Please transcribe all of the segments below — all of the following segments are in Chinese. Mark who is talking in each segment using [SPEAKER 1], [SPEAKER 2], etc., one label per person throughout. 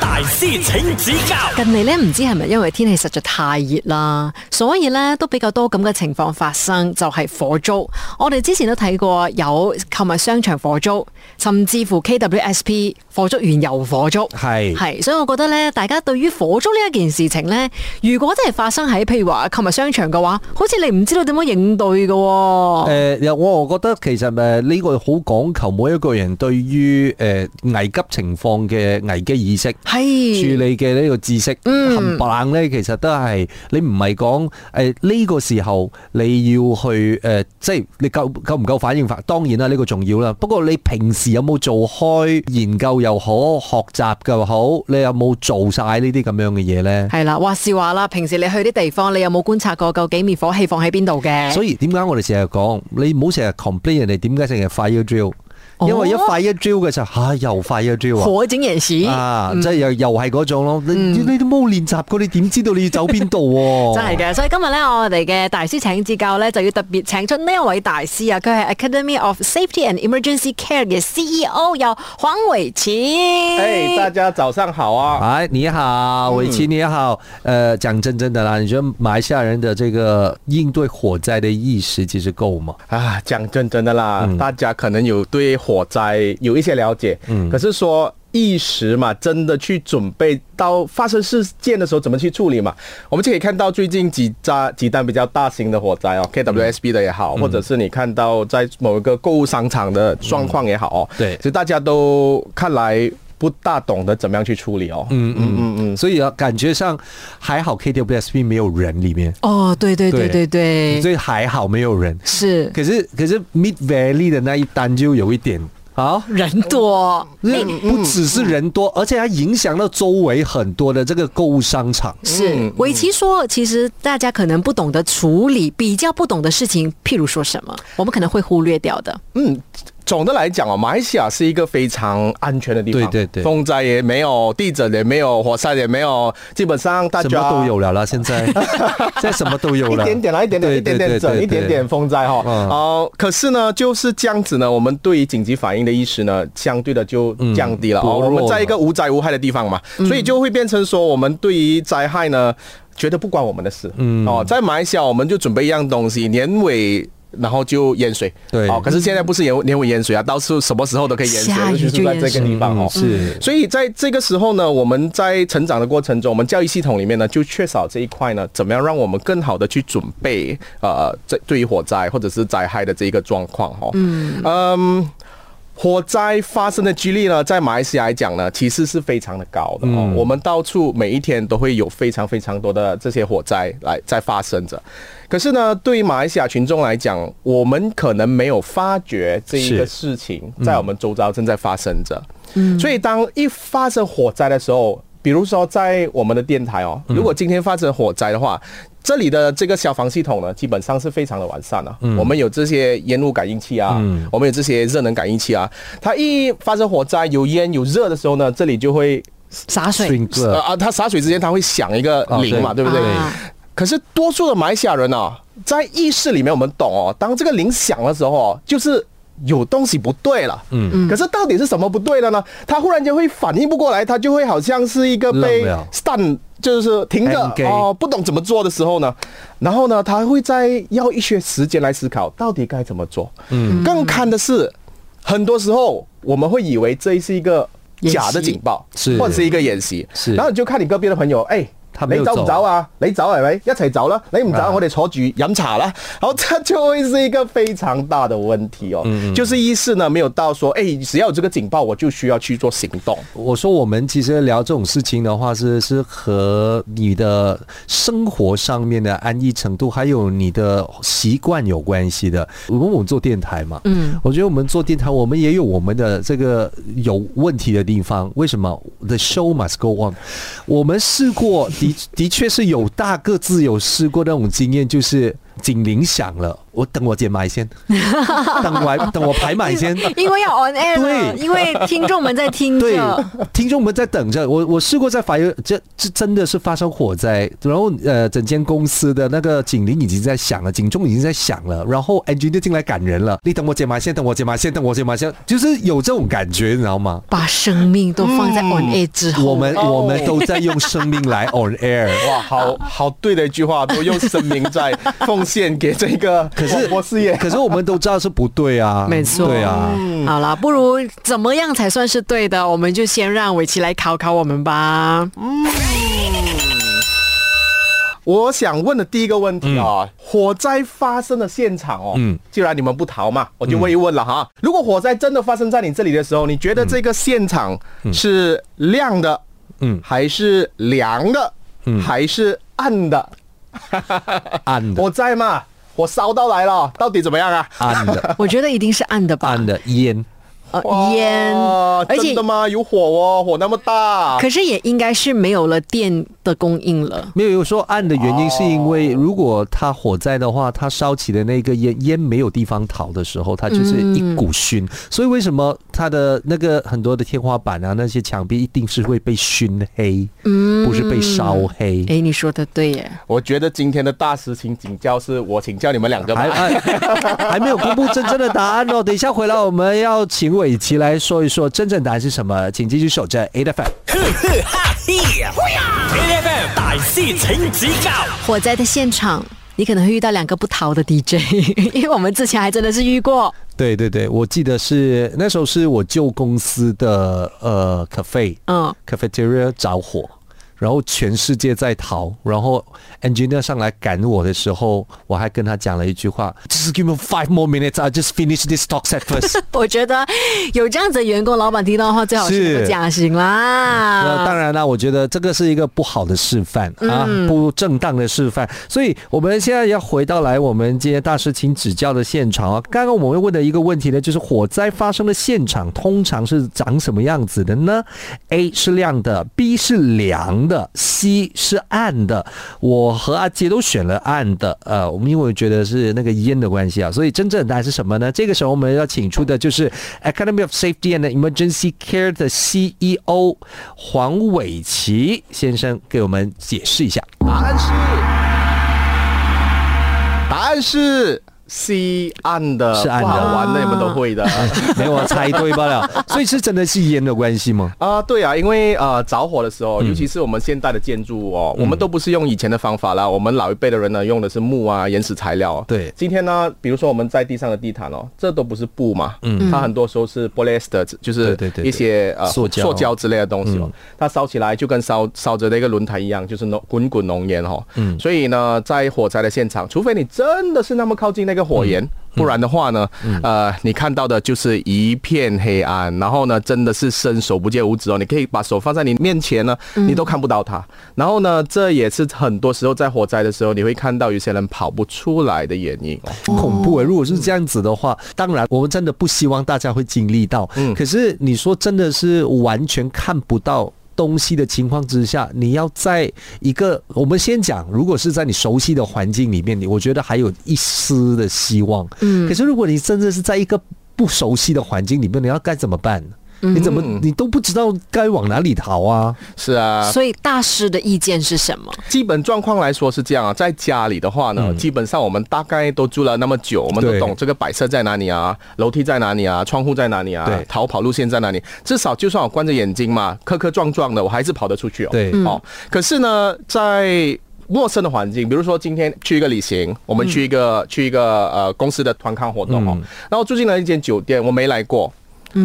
[SPEAKER 1] 大師請指教
[SPEAKER 2] 近嚟咧，唔知係咪因為天氣實在太熱啦，所以咧都比較多咁嘅情況發生，就係、火租。我哋之前都睇過有購物商場火租，甚至乎 KWSP 火租完又火租。
[SPEAKER 1] 係
[SPEAKER 2] 係，所以我覺得咧，大家對於火租呢一件事情咧，如果真係發生喺譬如話購物商場嘅話，好似你唔知道點樣應對嘅、喎。
[SPEAKER 3] 誒、又呃我覺得其實誒呢個好講求每一個人對於誒、危急情況嘅危機意識。處
[SPEAKER 2] 係
[SPEAKER 3] 理嘅呢個知識冚唪唥咧，其實都係你唔係講誒呢個時候你要去誒、呃即係你夠夠唔夠反應法？當然啦，呢、個重要啦。不過你平時有冇做開研究又好，學習又好，你有冇做晒呢啲咁樣嘅嘢咧？
[SPEAKER 2] 係啦，話是話啦，平時你去啲地方，你有冇觀察過究竟滅火器放喺邊度嘅？
[SPEAKER 3] 所以點解我哋成日講，你唔好成日 complain 人哋點解成日 fire drill，
[SPEAKER 2] 哦
[SPEAKER 3] 因為一 fire drill 嘅時候，嚇又 fire drill 啊！
[SPEAKER 2] 火警演習。
[SPEAKER 3] 啊，即係又又係嗰種咯，你你都冇練習過，你點知道你要走邊度
[SPEAKER 4] 哦
[SPEAKER 3] 喎？
[SPEAKER 2] 真係嘅，所以今日咧，我哋嘅大師請指教咧，就要特別請出呢一位大師啊，佢係 Academy of Safety and Emergency Care 嘅 CEO，有黃偉琴。
[SPEAKER 4] 哎、大家早上好啊！
[SPEAKER 3] 哎，你好，伟奇，你好。呃，讲真真的啦，你觉得马来西亚人的这个应对火灾的意识其实够吗？
[SPEAKER 4] 啊，讲真真的啦，大家可能有对火灾有一些了解，可是说一时嘛，真的去准备到发生事件的时候怎么去处理嘛？我们就可以看到最近几家几单比较大型的火灾哦，KWSB 的也好，或者是你看到在某一个购物商场的状况也好哦，
[SPEAKER 3] 对
[SPEAKER 4] 所以大家都看来不大懂得怎么样去处理哦。嗯嗯嗯嗯。
[SPEAKER 3] 所以啊，感觉上还好 KWSP 没有人里面，
[SPEAKER 2] 哦，对对对对对，
[SPEAKER 3] 所以还好没有人。
[SPEAKER 2] 是
[SPEAKER 3] 可是可是 Mid Valley 的那一单就有一点啊。
[SPEAKER 2] 人多。
[SPEAKER 4] 嗯
[SPEAKER 3] 那不只是人多，而且它影响到周围很多的这个购物商场。
[SPEAKER 4] 嗯
[SPEAKER 2] 是伟奇说，其实大家可能不懂得处理，比较不懂的事情，譬如说什么，我们可能会忽略掉的。
[SPEAKER 4] 嗯，总的来讲哦，马来西亚是一个非常安全的地方，
[SPEAKER 3] 对对对
[SPEAKER 4] 风灾也没有，地震也没有，火山也没有，基本上大家
[SPEAKER 3] 什么都有了啦，现在现在什么都有
[SPEAKER 4] 啊 一
[SPEAKER 3] 了，
[SPEAKER 4] 点点啦，一点点，
[SPEAKER 3] 对
[SPEAKER 4] 一点点
[SPEAKER 3] 对对
[SPEAKER 4] 整，
[SPEAKER 3] 对
[SPEAKER 4] 一点
[SPEAKER 3] 对
[SPEAKER 4] 点风灾哈。
[SPEAKER 3] 嗯
[SPEAKER 4] 哦，可是呢，就是这样子呢，我们对于紧急反应的意识呢，相对的就降低了。
[SPEAKER 3] 嗯薄
[SPEAKER 4] 哦，
[SPEAKER 3] 弱
[SPEAKER 4] 我们在
[SPEAKER 3] 了嗯
[SPEAKER 4] 一个无灾无害的地方嘛，所以就会变成说，我们对于灾害呢，觉得不关我们的事。嗯，哦，在马来西亚，我们就准备一样东西，年尾。然后就淹水，
[SPEAKER 3] 对
[SPEAKER 4] 哦，可是现在不是年年尾淹水啊，到处什么时候都可以淹水，
[SPEAKER 2] 下
[SPEAKER 4] 尤
[SPEAKER 2] 雨就
[SPEAKER 4] 其
[SPEAKER 2] 是
[SPEAKER 4] 在
[SPEAKER 2] 淹
[SPEAKER 4] 这
[SPEAKER 2] 水
[SPEAKER 4] 个地方
[SPEAKER 3] 嗯，，
[SPEAKER 4] 哦
[SPEAKER 3] 是。
[SPEAKER 4] 所以在这个时候呢，我们在成长的过程中，我们教育系统里面呢，就缺少这一块呢，怎么样让我们更好的去准备呃，这对于火灾或者是灾害的这一个状况哈、哦。嗯。火灾发生的几率呢，在马来西亚来讲呢，其实是非常的高的哦。我们到处每一天都会有非常非常多的这些火灾来在发生着。可是呢，对于马来西亚群众来讲，我们可能没有发觉这一个
[SPEAKER 3] 是
[SPEAKER 4] 事情
[SPEAKER 3] 嗯
[SPEAKER 4] 在我们周遭正在发生着。嗯，所以当一发生火灾的时候，比如说在我们的电台哦，
[SPEAKER 3] 嗯
[SPEAKER 4] 如果今天发生火灾的话，这里的这个消防系统呢，基本上是非常的完善了、啊
[SPEAKER 3] 嗯
[SPEAKER 4] 我们有这些烟雾感应器啊，我们有这些热能感应器啊。它一发生火灾，有烟有热的时候呢，这里就会
[SPEAKER 2] 洒水
[SPEAKER 3] Sprinkler
[SPEAKER 4] 呃啊，它洒水之间它会响一个
[SPEAKER 3] 哦
[SPEAKER 4] 铃嘛，
[SPEAKER 3] 对
[SPEAKER 4] 对不对？
[SPEAKER 2] 啊
[SPEAKER 4] 可是多数的马来西亚人啊，在意识里面我们懂哦，当这个铃响的时候哦，就是有东西不对了。嗯，可是到底是什么不对了呢？他忽然间会反应不过来，他就会好像是一个被
[SPEAKER 3] 愣了
[SPEAKER 4] stun。就是停着
[SPEAKER 3] NK
[SPEAKER 4] 哦，不懂怎么做的时候呢，然后呢，他会在要一些时间来思考到底该怎么做。嗯，更看的是，很多时候我们会以为这是一个
[SPEAKER 2] 演
[SPEAKER 4] 假的
[SPEAKER 2] 习
[SPEAKER 4] 警报，
[SPEAKER 3] 是
[SPEAKER 4] 或者是一个演习，
[SPEAKER 3] 是
[SPEAKER 4] 然后你就看你隔壁的朋友，哎、
[SPEAKER 3] 他沒
[SPEAKER 4] 你
[SPEAKER 3] 有
[SPEAKER 4] 走
[SPEAKER 3] 走
[SPEAKER 4] 唔
[SPEAKER 3] 啊
[SPEAKER 4] 走啊？你走係咪？一齊走啦！你唔走，我哋坐住飲茶啦。好， 這就會是一個非常大的問題哦。
[SPEAKER 3] 嗯
[SPEAKER 4] 就是意識呢沒有到說，哎、只要有這個警報，我就需要去做行動。
[SPEAKER 3] 我说我们其实聊这种事情的话是，是和你的生活上面的安逸程度，还有你的习惯有关系的。我们我们做电台嘛，嗯，我觉得我们做电台，我们也有我们的这个有问题的地方。为什么？The show must go on。我们试 过，的的确是有大各自有试过那种经验，就是警铃响了。我等我姐买先，等我等我排满先。
[SPEAKER 2] 因为要 on air 了，
[SPEAKER 3] 对
[SPEAKER 2] 因为听众们在听
[SPEAKER 3] 对
[SPEAKER 2] 着，，
[SPEAKER 3] 听众们在等着我。我试过在法院，这这真的是发生火灾，然后呃，整间公司的那个警铃已经在响了，警钟已经在响了，然后 engineer 进来赶人了。你等我解码线，等我解码线，等我解码线，就是有这种感觉，你知道吗？
[SPEAKER 2] 把生命都放
[SPEAKER 4] 嗯
[SPEAKER 2] 在 on air 之后。
[SPEAKER 3] 我们
[SPEAKER 4] 哦
[SPEAKER 3] 我们都在用生命来 on air。
[SPEAKER 4] 哇，
[SPEAKER 3] 啊
[SPEAKER 4] 好好对的一句话，都用生命在奉献给这个
[SPEAKER 3] 可
[SPEAKER 4] 广
[SPEAKER 3] 是
[SPEAKER 4] 播事业。
[SPEAKER 3] 可是我们都知道是不对啊，
[SPEAKER 2] 没错，
[SPEAKER 3] 对啊。
[SPEAKER 2] 好啦，不如怎么样才算是对的？我们就先让伟奇来考考我们吧。
[SPEAKER 4] 我想问的第一个问题啊、火灾发生的现场哦，
[SPEAKER 3] 嗯
[SPEAKER 4] 既然你们不逃嘛，我就问一问了哈。如果火灾真的发生在你这里的时候，你觉得这个现场是亮的，
[SPEAKER 3] 嗯
[SPEAKER 4] 还是凉的，还是暗的？
[SPEAKER 3] 暗的，
[SPEAKER 4] 火灾嘛，火烧到来了，到底怎么样啊？
[SPEAKER 3] 暗的，
[SPEAKER 2] 我觉得一定是暗的吧，
[SPEAKER 3] 暗的烟，
[SPEAKER 2] 呃烟
[SPEAKER 4] 哇，
[SPEAKER 2] 而且
[SPEAKER 4] 哦真的吗？有火哦，火那么大。
[SPEAKER 2] 可是也应该是没有了电的供应了。
[SPEAKER 3] 没有有说暗的原因是因为，如果它火灾的话，它烧起的那个烟烟没有地方逃的时候，它就是一股熏。所以为什么它的那个很多的天花板啊，那些墙壁一定是会被熏黑，不是被烧黑。
[SPEAKER 2] 哎，你说的对耶，
[SPEAKER 4] 我觉得今天的大师请请教是我请教你们两个吧
[SPEAKER 3] 还。还还没有公布真正的答案哦，等一下回来我们要请伟奇来说一说真正答案是什么，请继续守着 A F M。
[SPEAKER 1] A F M 大师请指教
[SPEAKER 2] 火灾的现场。你可能会遇到两个不逃的 DJ，因为 我们之前还真的是遇过，
[SPEAKER 3] 对对对，我记得是那时候是我旧公司的呃 cafe，
[SPEAKER 2] 嗯
[SPEAKER 3] ，cafeteria 着火，然后全世界在逃，然后 engineer 上来赶我的时候，我还跟他讲了一句话，just give me five more minutes, I just finish this talk set first
[SPEAKER 2] 我觉得有这样子的员工，老板听到的话最好是
[SPEAKER 3] 是
[SPEAKER 2] 不讲行啦。
[SPEAKER 3] 那当然啦，我觉得这个是一个不好的示范啊，不正当的示范。所以我们现在要回到来我们今天大师请指教的现场啊。刚刚我们问的一个问题呢，就是火灾发生的现场通常是长什么样子的呢？A 是亮的，B 是凉的，C 是暗的。我和阿杰都选了暗的，呃，我们因为我觉得是那个烟的关系啊，所以真正的答案是什么呢？这个时候我们要请出的就是 Academy of Safety and Emergency Care 的 CEO 黄伟奇先生给我们解释一下。
[SPEAKER 4] 答案是，答案是 C 暗的，
[SPEAKER 3] 是暗的
[SPEAKER 4] 不好玩的，你们都 会的。
[SPEAKER 3] 没有啊，猜对罢了。所以是真的是烟的关系吗？
[SPEAKER 4] 啊、对啊，因为呃着火的时候，
[SPEAKER 3] 嗯
[SPEAKER 4] 尤其是我们现代的建筑物哦，我们都不是用以前的方法啦，我们老一辈的人呢用的是木啊、岩石材料。
[SPEAKER 3] 对
[SPEAKER 4] 今天呢，比如说我们在地上的地毯哦，这都不是布嘛，嗯，它很多时候是 polyester，就是
[SPEAKER 3] 对对对
[SPEAKER 4] 一些呃
[SPEAKER 3] 塑胶
[SPEAKER 4] 塑胶之类的东西哦，
[SPEAKER 3] 嗯
[SPEAKER 4] 它烧起来就跟烧烧着的一个轮胎一样，就是浓滚滚浓烟哦。嗯，所以呢，在火灾的现场，除非你真的是那么靠近那个火
[SPEAKER 3] 嗯
[SPEAKER 4] 源。不然的话呢，呃，你看到的就是一片黑暗，然后呢，真的是伸手不见五指哦。你可以把手放在你面前呢，
[SPEAKER 3] 嗯
[SPEAKER 4] 你都看不到它。然后呢，这也是很多时候在火灾的时候，你会看到有些人跑不出来的原因哦。
[SPEAKER 3] 很恐怖诶、欸如果是这样子的话，当然我们真的不希望大家会经历到。可是你说真的是完全看不到。东西的情况之下，你要在一个我们先讲，如果是在你熟悉的环境里面，你我觉得还有一丝的希望。嗯，可是如果你真的是在一个不熟悉的环境里面，你要该怎么办？你怎么你都不知道该往哪里逃啊？
[SPEAKER 4] 是啊，
[SPEAKER 2] 所以大师的意见是什么？
[SPEAKER 4] 基本状况来说是这样啊，在家里的话呢，基本上我们大概都住了那么久，我们都
[SPEAKER 3] 嗯对
[SPEAKER 4] 懂这个摆设在哪里啊，楼梯在哪里啊，窗户在哪里啊
[SPEAKER 3] 对，
[SPEAKER 4] 逃跑路线在哪里。至少就算我关着眼睛嘛，磕磕撞撞的，我还是跑得出去哦。
[SPEAKER 3] 对
[SPEAKER 4] 哦，可是呢，在陌生的环境，比如说今天去一个旅行，我们去
[SPEAKER 3] 嗯
[SPEAKER 4] 一个、去一个呃公司的团康活动哦，然后住进了一间酒店，我没来过。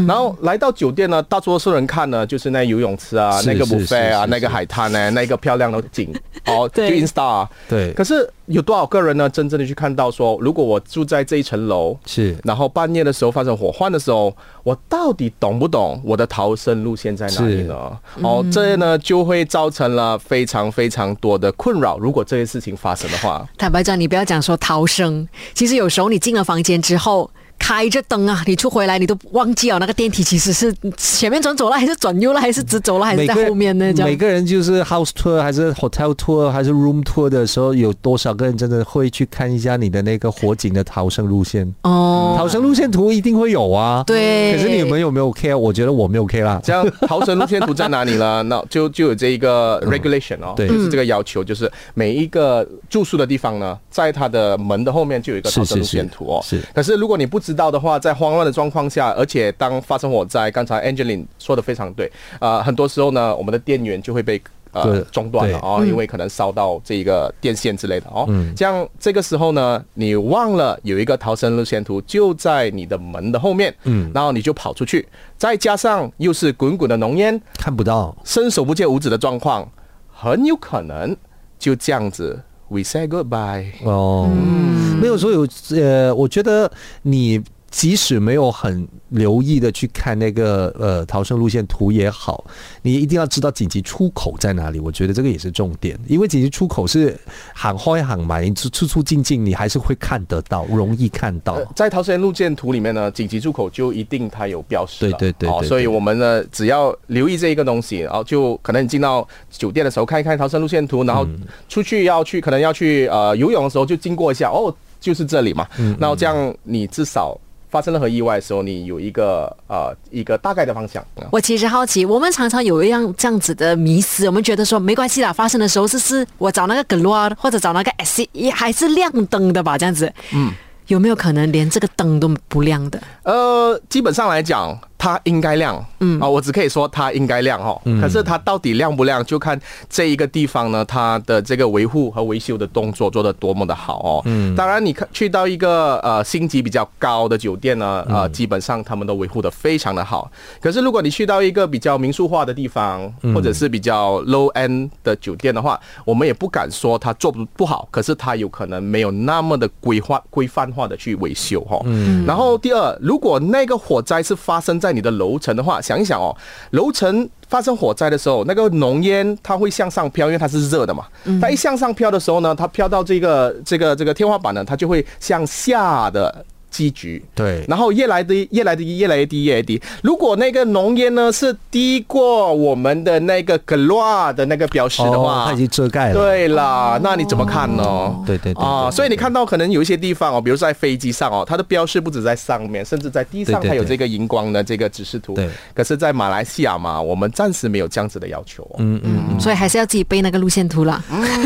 [SPEAKER 4] 然后来到酒店呢，大多数人看呢，就是那游泳池啊，
[SPEAKER 3] 是
[SPEAKER 4] 那个
[SPEAKER 3] 是
[SPEAKER 4] buffet 啊
[SPEAKER 3] 是，是
[SPEAKER 4] 那个
[SPEAKER 3] 是
[SPEAKER 4] 海滩呢，那个漂亮的景，哦，就
[SPEAKER 2] 对
[SPEAKER 4] Insta 啊。
[SPEAKER 3] 对
[SPEAKER 4] 可是有多少个人呢，真正的去看到说，如果我住在这一层楼，
[SPEAKER 3] 是
[SPEAKER 4] 然后半夜的时候发生火患的时候，我到底懂不懂我的逃生路线在哪里呢？哦，这呢就会造成了非常非常多的困扰。如果这些事情发生的话，
[SPEAKER 2] 坦白讲，你不要讲说逃生，其实有时候你进了房间之后，开着灯啊，你出回来你都忘记了那个电梯其实是前面转左了，还是转右了，还是直走了，还是
[SPEAKER 3] 每
[SPEAKER 2] 在
[SPEAKER 3] 个
[SPEAKER 2] 后面呢？这
[SPEAKER 3] 每
[SPEAKER 2] 样。
[SPEAKER 3] 个人就是 house tour 还是 hotel tour 还是 room tour 的时候，有多少个人真的会去看一下你的那个火警的逃生路线？
[SPEAKER 2] 哦，
[SPEAKER 3] 逃生路线图一定会有啊。。
[SPEAKER 2] 对。
[SPEAKER 3] 可是你们有没有 care？我觉得我没有 care 啦。
[SPEAKER 4] 这样逃生路线图在哪里 呢？那就就有这一个 regulation 哦，
[SPEAKER 3] 嗯对
[SPEAKER 4] 就是这个要求，就是每一个住宿的地方呢，在它的门的后面就有一个
[SPEAKER 3] 是
[SPEAKER 4] 逃生路
[SPEAKER 3] 是是
[SPEAKER 4] 线图哦。
[SPEAKER 3] 是
[SPEAKER 4] 可是如果你不知道的话，在慌乱的状况下，而且当发生火灾，刚才 Angeline 说的非常对，呃，很多时候呢，我们的电源就会被。呃
[SPEAKER 3] 对，
[SPEAKER 4] 中断了
[SPEAKER 3] 对
[SPEAKER 4] 哦，因为可能烧到这个电线之类的哦。这样这个时候呢，你忘了有一个逃生路线图就在你的门的后面，嗯，然后你就跑出去，再加上又是滚滚的浓烟，
[SPEAKER 3] 看不到，
[SPEAKER 4] 伸手不见五指的状况，很有可能就这样子，we say goodbye。
[SPEAKER 3] 哦，
[SPEAKER 4] 嗯
[SPEAKER 3] 没有说有呃，我觉得你即使没有很留意的去看那个呃逃生路线图也好，你一定要知道紧急出口在哪里。我觉得这个也是重点，因为紧急出口是行开行嘛，你出出出进进，你还是会看得到，容易看到。
[SPEAKER 4] 呃在逃生路线图里面呢，紧急出口就一定它有标识了
[SPEAKER 3] 对对对
[SPEAKER 4] 哦，
[SPEAKER 3] 对
[SPEAKER 4] 所以我们呢，只要留意这一个东西，然、后就可能你进到酒店的时候看一看逃生路线图，然后
[SPEAKER 3] 嗯
[SPEAKER 4] 出去要去可能要去呃游泳的时候就经过一下，哦，就是这里嘛。
[SPEAKER 3] 嗯
[SPEAKER 4] 然后这样你至少发生任何意外的时候，你有一个呃一个大概的方向。哦
[SPEAKER 2] 我其实好奇，我们常常有一样这样子的迷思，我们觉得说没关系啦，发生的时候是是我找那个 g l o 或者找那个 S 一还是亮灯的吧，这样子。嗯，有没有可能连这个灯都不亮的？
[SPEAKER 4] 呃，基本上来讲，它应该亮，嗯啊、我只可以说它应该亮哦。可是它到底亮不亮，就看这一个地方呢，它的这个维护和维修的动作做得多么的好哦。嗯，当然你看去到一个呃星级比较高的酒店呢，呃，基本上他们都维护的非常的好。可是如果你去到一个比较民宿化的地方，或者是比较 low end 的酒店的话，我们也不敢说它做不不好，可是它有可能没有那么的规划规范化的去维修哈、哦。嗯。然后第二，如果那个火灾是发生在你的楼层的话，想一想哦，楼层。发生火灾的时候，那个浓烟它会向上飘，因为它是热的嘛。它一向上飘的时候呢，它飘到这个这个这个天花板呢，它就会向下的积聚。
[SPEAKER 3] 对
[SPEAKER 4] 然后越来的越来的越来越低越来越低。如果那个浓烟呢是低过我们的那个 g l o 的那个标识的
[SPEAKER 3] 哦
[SPEAKER 4] 话，
[SPEAKER 3] 它已经遮盖了。哦
[SPEAKER 4] 对啦，那你怎么看呢？
[SPEAKER 3] 对对对
[SPEAKER 4] 啊，
[SPEAKER 3] 对
[SPEAKER 4] 所以你看到可能有一些地方哦，比如在飞机上哦，它的标示不止在上面，甚至在地
[SPEAKER 3] 对
[SPEAKER 4] 上
[SPEAKER 3] 对对
[SPEAKER 4] 还有这个荧光的这个指示图。
[SPEAKER 3] 对
[SPEAKER 4] 可是，在马来西亚嘛，我们暂时没有这样子的要求、哦。嗯，
[SPEAKER 2] 所以还是要自己背那个路线图啦。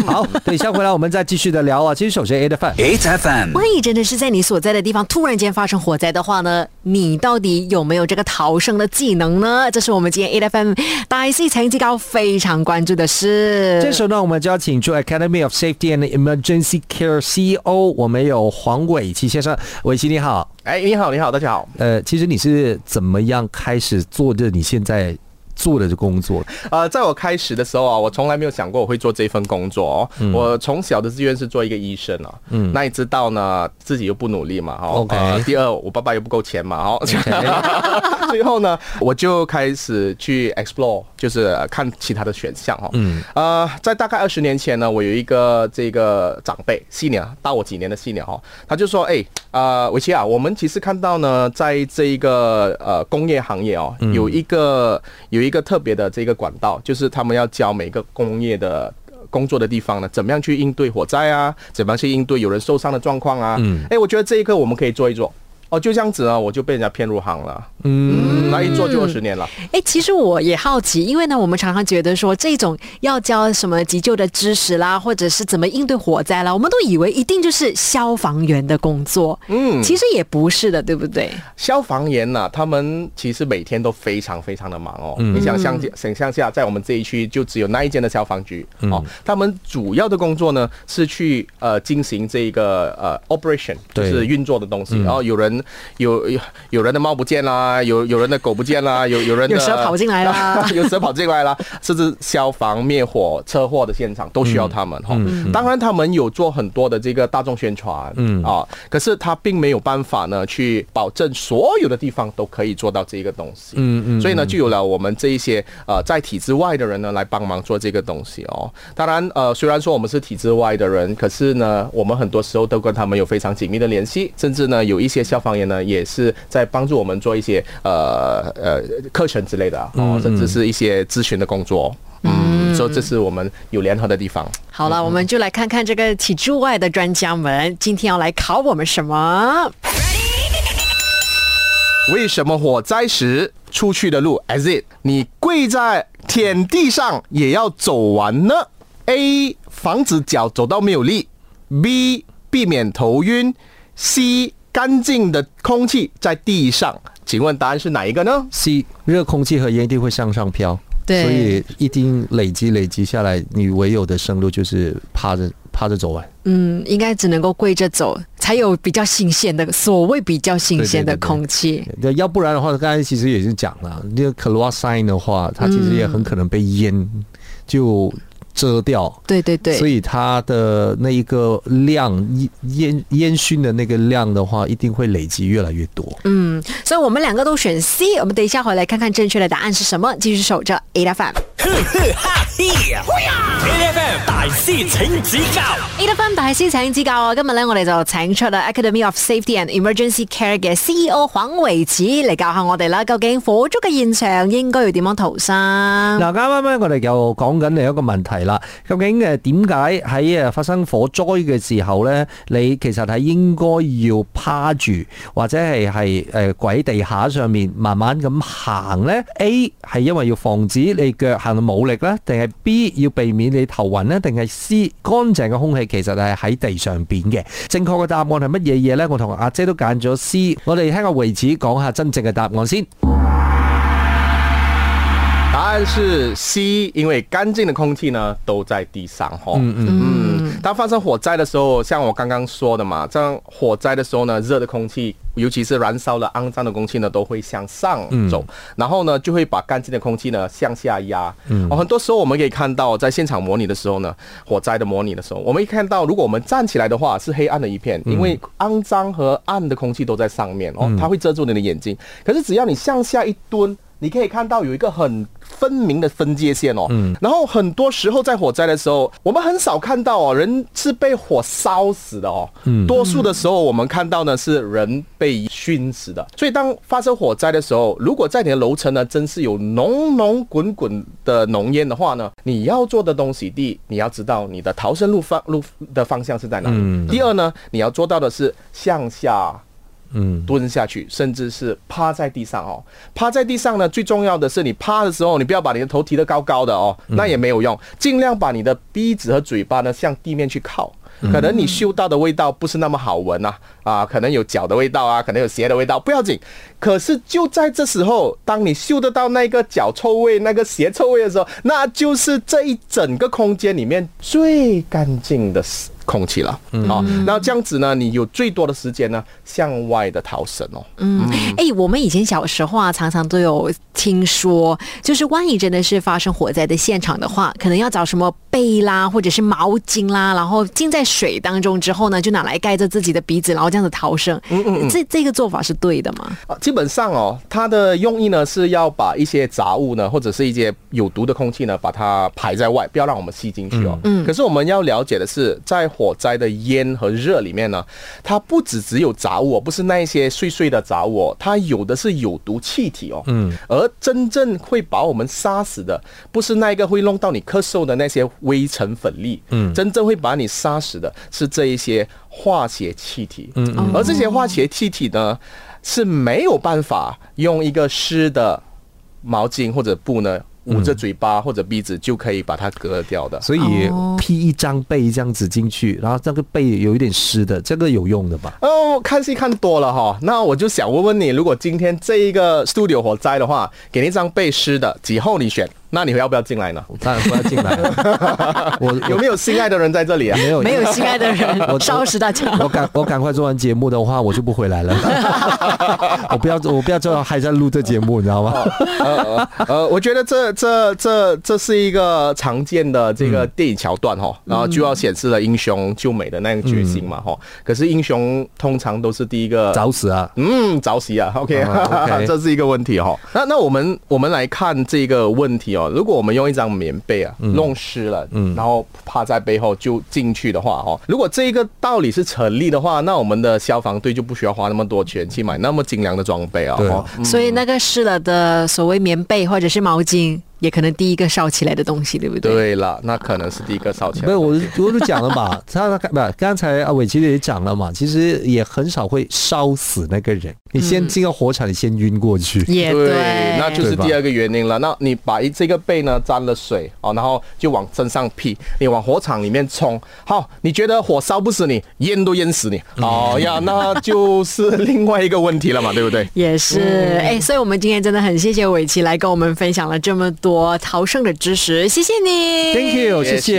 [SPEAKER 3] 好，等一下回来我们再继续的聊啊。其实首先 A 的饭。
[SPEAKER 1] 8FM
[SPEAKER 2] 万一真的是在你所在的地方突然间发生火灾的话呢，你到底有没有这个逃生的技能呢？这是我们今天 A F M 大师成绩高非常关注的
[SPEAKER 4] 嗯
[SPEAKER 2] 事。
[SPEAKER 3] 这时候呢，我们就要请出 Academy of Safety and Emergency Care CEO，我们有黄伟奇先生。伟奇你好，
[SPEAKER 4] 哎，你好，你好，大家好。
[SPEAKER 3] 呃，其实你是怎么样开始做着你现在做的这工作？
[SPEAKER 4] 呃，在我开始的时候啊，我从来没有想过我会做这份工作哦。我从小的志愿是做一个医生啊。嗯，那你知道呢，自己又不努力嘛，哈、
[SPEAKER 3] OK
[SPEAKER 4] 呃第二，我爸爸又不够钱嘛，哈、最后呢，我就开始去 explore，就是呃看其他的选项哈、嗯，呃，在大概二十年前呢，我有一个这个长辈，senior 大我几年的 senior 哈、他就说，哎，呃，维奇啊，我们其实看到呢，在这一个呃工业行业哦，有一个有一个特别的这个管道，就是他们要教每个工业的。工作的地方呢，怎么样去应对火灾啊？怎么样去应对有人受伤的状况啊？嗯，哎，我觉得这一个我们可以做一做。哦，就这样子啊，我就被人家骗入行了。嗯，那一做就二十年了。
[SPEAKER 2] 哎，其实我也好奇，因为呢，我们常常觉得说这种要教什么急救的知识啦，或者是怎么应对火灾啦，我们都以为一定就是消防员的工作，嗯，其实也不是的，对不对？
[SPEAKER 4] 消防员呐、他们其实每天都非常非常的忙哦。你想象想象下，在我们这一区就只有那一间的消防局、哦，他们主要的工作呢是去呃进行这个呃 operation，就
[SPEAKER 3] 对
[SPEAKER 4] 是运作的东西。然后有人有有有人的猫不见啦，有有人的狗不见啦，有有人的
[SPEAKER 2] 有蛇跑进来啦
[SPEAKER 4] 有蛇跑进来啦，甚至消防灭火、车祸的现场都需要他们哈、当然，他们有做很多的这个大众宣传，嗯啊，可是他并没有办法呢去保证所有的地方都可以做到这个东西，嗯嗯，所以呢，就有了我们这一些呃在体制外的人呢来帮忙做这个东西哦。当然，呃，虽然说我们是体制外的人，可是呢，我们很多时候都跟他们有非常紧密的联系，甚至呢，有一些消防。方面呢，也是在帮助我们做一些呃呃课程之类的啊，哦，甚至是一些咨询的工作。嗯，所以这是我们有联合的地方。
[SPEAKER 2] 好了，我们就来看看这个体制外的专家们今天要来考我们什么？
[SPEAKER 4] 为什么火灾时出去的路 exit，你跪在田地上也要走完呢？A. 防止脚走到没有力；B. 避免头晕；C. 干净的空气在地上。请问答案是哪一个呢？
[SPEAKER 3] C 热空气和烟一定会向上飘，
[SPEAKER 2] 对
[SPEAKER 3] 所以一定累积累积下来，你唯有的生路就是趴着趴着走完。
[SPEAKER 2] 嗯，应该只能够跪着走，才有比较新鲜的所谓比较新鲜的
[SPEAKER 3] 对对对对
[SPEAKER 2] 空气。
[SPEAKER 3] 对，要不然的话，刚才其实也是讲了，那个 c l o r s i g n 的话，它其实也
[SPEAKER 4] 嗯
[SPEAKER 3] 很可能被烟就遮掉。
[SPEAKER 2] 对对对，
[SPEAKER 3] 所以它的那一个量烟烟烟熏的那个量的话，一定会累积越来越多。
[SPEAKER 2] 嗯，所以我们两个都选 C。我们等一下回来看看正确的答案是什么。继续守着 A F M。
[SPEAKER 1] 哈嘿呀！A F M 大师请指教
[SPEAKER 2] A F M 大師請指教啊！今日咧，我哋就請出啦 Academy of Safety and Emergency Care 嘅 C E O 黃維子嚟教下我哋啦。究竟火燭嘅現場應該要點樣逃生？
[SPEAKER 3] 嗱，啱啱咧，我哋又講緊另一個問題啦。究竟誒點解喺呃誒發生火災嘅時候咧，你其實係應該要趴住，或者係係誒跪喺地下上面慢慢咁行咧？A 係因為要防止你腳行到冇力咧，定係 B 要避免你頭暈咧，定係 C 乾淨嘅空氣其實係喺地上邊嘅？正確嘅答案係乜嘢嘢咧？我同阿姐都揀咗 C。我哋聽個維子講下真正嘅答案先。
[SPEAKER 4] 答案是 C，因为干净的空气呢都在地上哈。嗯嗯嗯。当发生火灾的时候，像我刚刚说的嘛，这样火灾的时候呢，热的空气，尤其是燃烧了肮脏的空气呢，都会向上走，然后呢就会把干净的空气呢向下压。嗯。哦，很多时候我们可以看到，在现场模拟的时候呢，火灾的模拟的时候，我们一看到，如果我们站起来的话，是黑暗的一片，因为肮脏和暗的空气都在上面哦，它会遮住你的眼睛。可是只要你向下一蹲。你可以看到有一个很分明的分界线哦。嗯。然后很多时候在火灾的时候，我们很少看到哦，人是被火烧死的哦。嗯。多数的时候我们看到呢是人被熏死的。所以当发生火灾的时候，如果在你的楼层呢真是有浓浓滚滚的浓烟的话呢，你要做的东西，第一，你要知道你的逃生路方路的方向是在哪里。嗯。第二呢，你要做到的是向下。
[SPEAKER 3] 嗯。
[SPEAKER 4] 蹲下去，甚至是趴在地上哦。趴在地上呢，最重要的是你趴的时候，你不要把你的头提得高高的哦，那也没有用。尽量把你的鼻子和嘴巴呢向地面去靠。可能你嗅到的味道不是那么好闻呐、啊，可能有脚的味道啊，可能有鞋的味道，不要紧。可是就在这时候，当你嗅得到那个脚臭味、那个鞋臭味的时候，那就是这一整个空间里面最干净的空气了。哦，然后这样子呢，你有最多的时间呢向外的逃生哦。
[SPEAKER 2] 嗯，哎、我们以前小时候啊，常常都有听说，就是万一真的是发生火灾的现场的话，可能要找什么被啦，或者是毛巾啦，然后浸在水当中之后呢，就拿来盖着自己的鼻子，然后这样子逃生。嗯嗯这这个做法是对的吗？
[SPEAKER 4] 啊，基本上哦，它的用意呢是要把一些杂物呢，或者是一些有毒的空气呢，把它排在外，不要让我们吸进去哦。嗯。可是我们要了解的是，在火灾的烟和热里面呢，它不只只有杂物、哦，不是那一些碎碎的杂物、哦，它有的是有毒气体哦。嗯。而真正会把我们杀死的，不是那一个会弄到你咳嗽的那些微尘粉粒，嗯，真正会把你杀死的是这一些化学气体，嗯
[SPEAKER 2] 嗯
[SPEAKER 4] 而这些化学气体呢，是没有办法用一个湿的毛巾或者布呢捂着嘴巴或者鼻子就可以把它隔掉的。
[SPEAKER 3] 嗯所以披一张被这样子进去，然后那个被有一点湿的，这个有用的吧？
[SPEAKER 4] 哦，看戏看多了哈，那我就想问问你，如果今天这一个 studio 火灾的话，给你一张被湿的，几后你选，那你要不要 进来呢？
[SPEAKER 3] 当然不要进来了，我
[SPEAKER 4] 有
[SPEAKER 3] 我
[SPEAKER 4] 没有心爱的人在这里啊？
[SPEAKER 3] 没有
[SPEAKER 2] 没有心爱的 人，
[SPEAKER 3] 我
[SPEAKER 2] 烧死大家。
[SPEAKER 3] 我赶我赶快做完节目的话，我就不回来了。我不要我不要做还在录这节目，你知道吗？
[SPEAKER 4] 呃呃呃，我觉得这这这这是一个常见的这
[SPEAKER 3] 嗯
[SPEAKER 4] 个电影桥段哈，然后就要显示了英雄救美的那个决心嘛哈。
[SPEAKER 3] 嗯
[SPEAKER 4] 可是英雄通常都是第一个
[SPEAKER 3] 找死啊！
[SPEAKER 4] 嗯，着急啊 ，OK，
[SPEAKER 3] 啊，OK
[SPEAKER 4] 这是一个问题哈、那那我们我们来看这个问题哦，如果我们用一张棉被啊弄湿了，
[SPEAKER 3] 嗯
[SPEAKER 4] 然后趴在背后就进去的话，哦，如果这一个道理是成立的话，那我们的消防队就不需要花那么多钱去买那么精良的装备啊。
[SPEAKER 3] 对
[SPEAKER 4] 哦
[SPEAKER 2] 所以那个湿了的所谓棉被或者是毛巾，也可能第一个烧起来的东西，对不对？
[SPEAKER 4] 对了，那可能是第一个烧钱
[SPEAKER 3] 不。是，我就我就讲了嘛，他不，刚才阿伟其实也讲了嘛，其实也很少会烧死那个人。你先进个火场，你先晕过去。
[SPEAKER 2] 也对，
[SPEAKER 4] 那就是第二个原因了。那你把一这个背呢沾了水哦，然后就往身上劈，你往火场里面冲。好，你觉得火烧不死你，淹都淹死你。
[SPEAKER 3] 嗯
[SPEAKER 4] 哦呀，那就是另外一个问题了嘛，对不对？
[SPEAKER 2] 也是，哎、所以我们今天真的很谢谢伟奇来跟我们分享了这么多逃生的知识，谢谢你
[SPEAKER 3] Thank you，谢谢。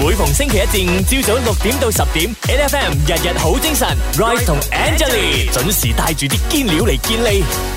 [SPEAKER 1] 每逢星期一至五朝早六点到十点，N F M 日日好精神，Rise 同 Angelie 准时带住啲堅料嚟健利。